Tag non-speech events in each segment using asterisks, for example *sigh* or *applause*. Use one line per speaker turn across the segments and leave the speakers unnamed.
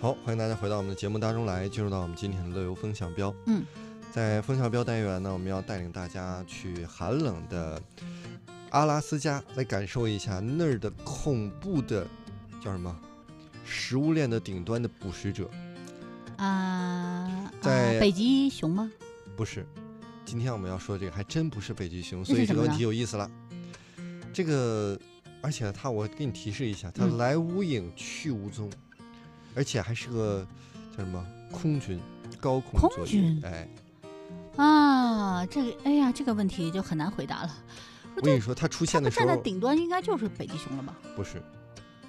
好，欢迎大家回到我们的节目当中来，进入到我们今天的乐游风向标。
嗯，
在风向标单元呢，我们要带领大家去寒冷的阿拉斯加，来感受一下那儿的恐怖的叫什么食物链的顶端的捕食者。
啊，
在
啊北极熊吗？
不是，今天我们要说的这个还真不是北极熊，
是
所以这
什
个
么
问
呢
题有意思了。这个，而且它，我给你提示一下，它
嗯
来无影去无踪，而且还是个叫什么空军，高空
空
作业
军
哎，
啊，这个，哎呀，这个问题就很难回答了。
我跟你说，它出
它
现
们
的时
站在
候
顶端应该就是北极熊了吧？
不是，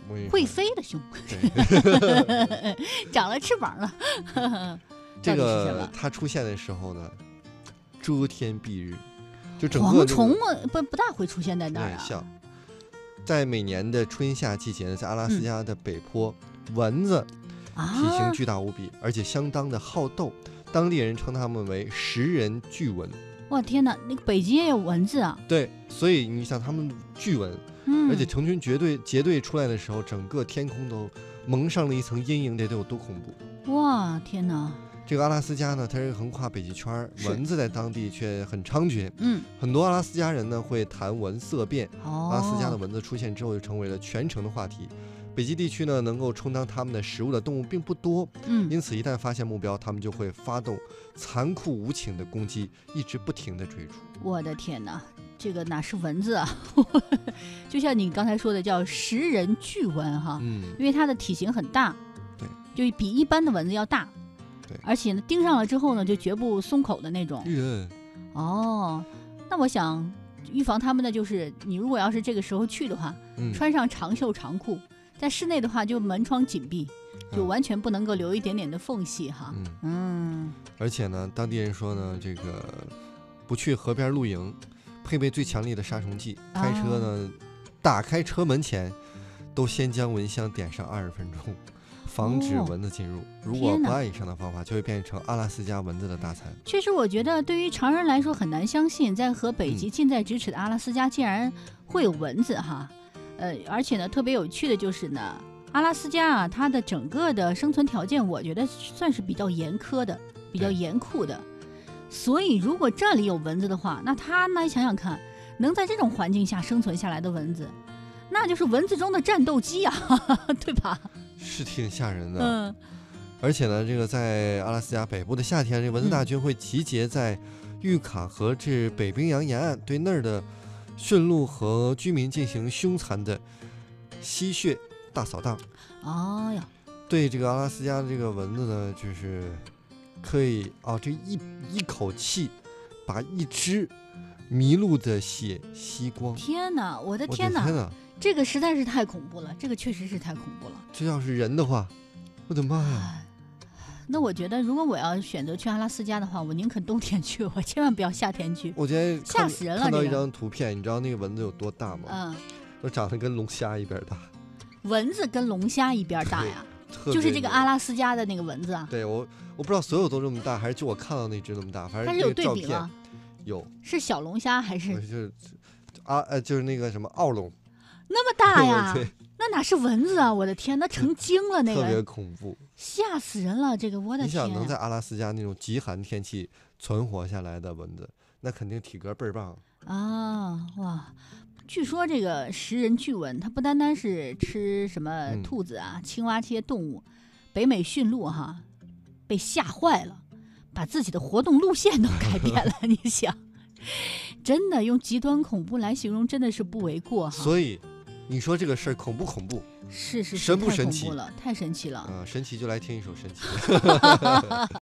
我跟你
会
说，
飞
*laughs*
的熊， *laughs*
对
长了翅膀了。
这
到底是什
个
么
它出现的时候呢，遮天蔽日，就整个
蝗
那
虫
个
啊，不不大会出现在那儿
对
啊。
像。在每年的春夏季节呢，在阿拉斯
嗯
加的北坡，蚊子体型
啊，
巨大无比，而且相当的好斗。当地人称它们为食人巨蚊。
哇天哪，那个北极也有蚊子啊。
对，所以你想它们巨蚊，
嗯，
而且成群结队结队出来的时候，整个天空都蒙上了一层阴影，得得有多恐怖？
哇天哪，
这个阿拉斯加呢，它是横跨北极圈儿，
是
蚊子在当地却很猖獗。
嗯，
很多阿拉斯加人呢会谈蚊色变，
哦，
阿拉斯加的蚊子出现之后就成为了全城的话题。北极地区呢，能够充当它们的食物的动物并不多，
嗯，
因此，一旦发现目标，他们就会发动残酷无情的攻击，一直不停的追逐。
我的天哪，这个哪是蚊子啊？ *laughs* 就像你刚才说的，叫食人巨蚊哈，
嗯，
因为它的体型很大，
对，
就比一般的蚊子要大，
对嗯
而且呢，叮上了之后呢，就绝不松口的那种。
人
哦，那我想预防它们的就是，你如果要是这个时候去的话，
嗯，
穿上长袖长裤，在室内的话就门窗紧闭，就
嗯
完全不能够留一点点的缝隙哈。
嗯，
嗯，
而且呢，当地人说呢，这个不去河边露营，配备最强力的杀虫剂，
啊
开车呢，打开车门前都先将蚊香点上二十分钟。防止
哦
蚊子进入。如果
天
不
哪
按以上的方法，就会变成阿拉斯加蚊子的大餐。
确实，我觉得对于常人来说很难相信，在和北极
嗯
近在咫尺的阿拉斯加竟然会有蚊子哈。呃，而且呢，特别有趣的就是呢，阿拉斯加啊，它的整个的生存条件，我觉得算是比较严苛的，比较
对
严酷的。所以，如果这里有蚊子的话，那它呢，想想看，能在这种环境下生存下来的蚊子，那就是蚊子中的战斗机啊， *laughs* 对吧？
是挺吓人的。
嗯，
而且呢，这个在阿拉斯加北部的夏天，这蚊子大军会集结在玉卡河至北冰洋沿岸，对那儿的驯鹿和居民进行凶残的吸血大扫荡。
哦呀，
对这个阿拉斯加的这个蚊子呢，就是可以啊，这一一口气把一只麋鹿的血吸光。
天哪，我的
我的
天哪！
天哪！
这个实在是太恐怖了，这个确实是太恐怖了。哎
这要是人的话，我的妈
啊
呀！
那我觉得，如果我要选择去阿拉斯加的话，我宁肯冬天去，我千万不要夏天去。
我今天
吓
看
死人了
看到
这
一
个
张图片，你知道那个蚊子有多大吗？
嗯，
都长得跟龙虾一边大。
蚊子跟龙虾一边大呀，
特
就是
别
这个
牛
阿。拉斯加的那个蚊子啊，
对我，我不知道所有都这么大，还是就我看到那只那么大，反
它
正
是
那
有
个
对
照
比
片嗯
吗？
有，
是小龙虾还
我
是
就是啊呃，就是那个什么奥龙，
那么大呀？
*laughs* 对，
那哪是蚊子啊！我的天，那成精了，那
特别
个
恐怖。
吓死人了，这个我的
你
天啊
想能在
呀！
阿拉斯加那种极寒天气存活下来的蚊子，那肯定体格倍儿棒。
啊哇！据说这个食人巨蚊，它不单单是吃什么
嗯
兔子啊、青蛙这些动物，北美驯鹿哈被吓坏了，把自己的活动路线都改变了。 *laughs* 你想，真的用极端恐怖来形容，真的是不为过哈。
所以你说这个事儿恐不恐怖？
是是是，
神不
太
神
恐
奇
嗯怖了，太神奇了。
啊，神奇就来听一首神奇。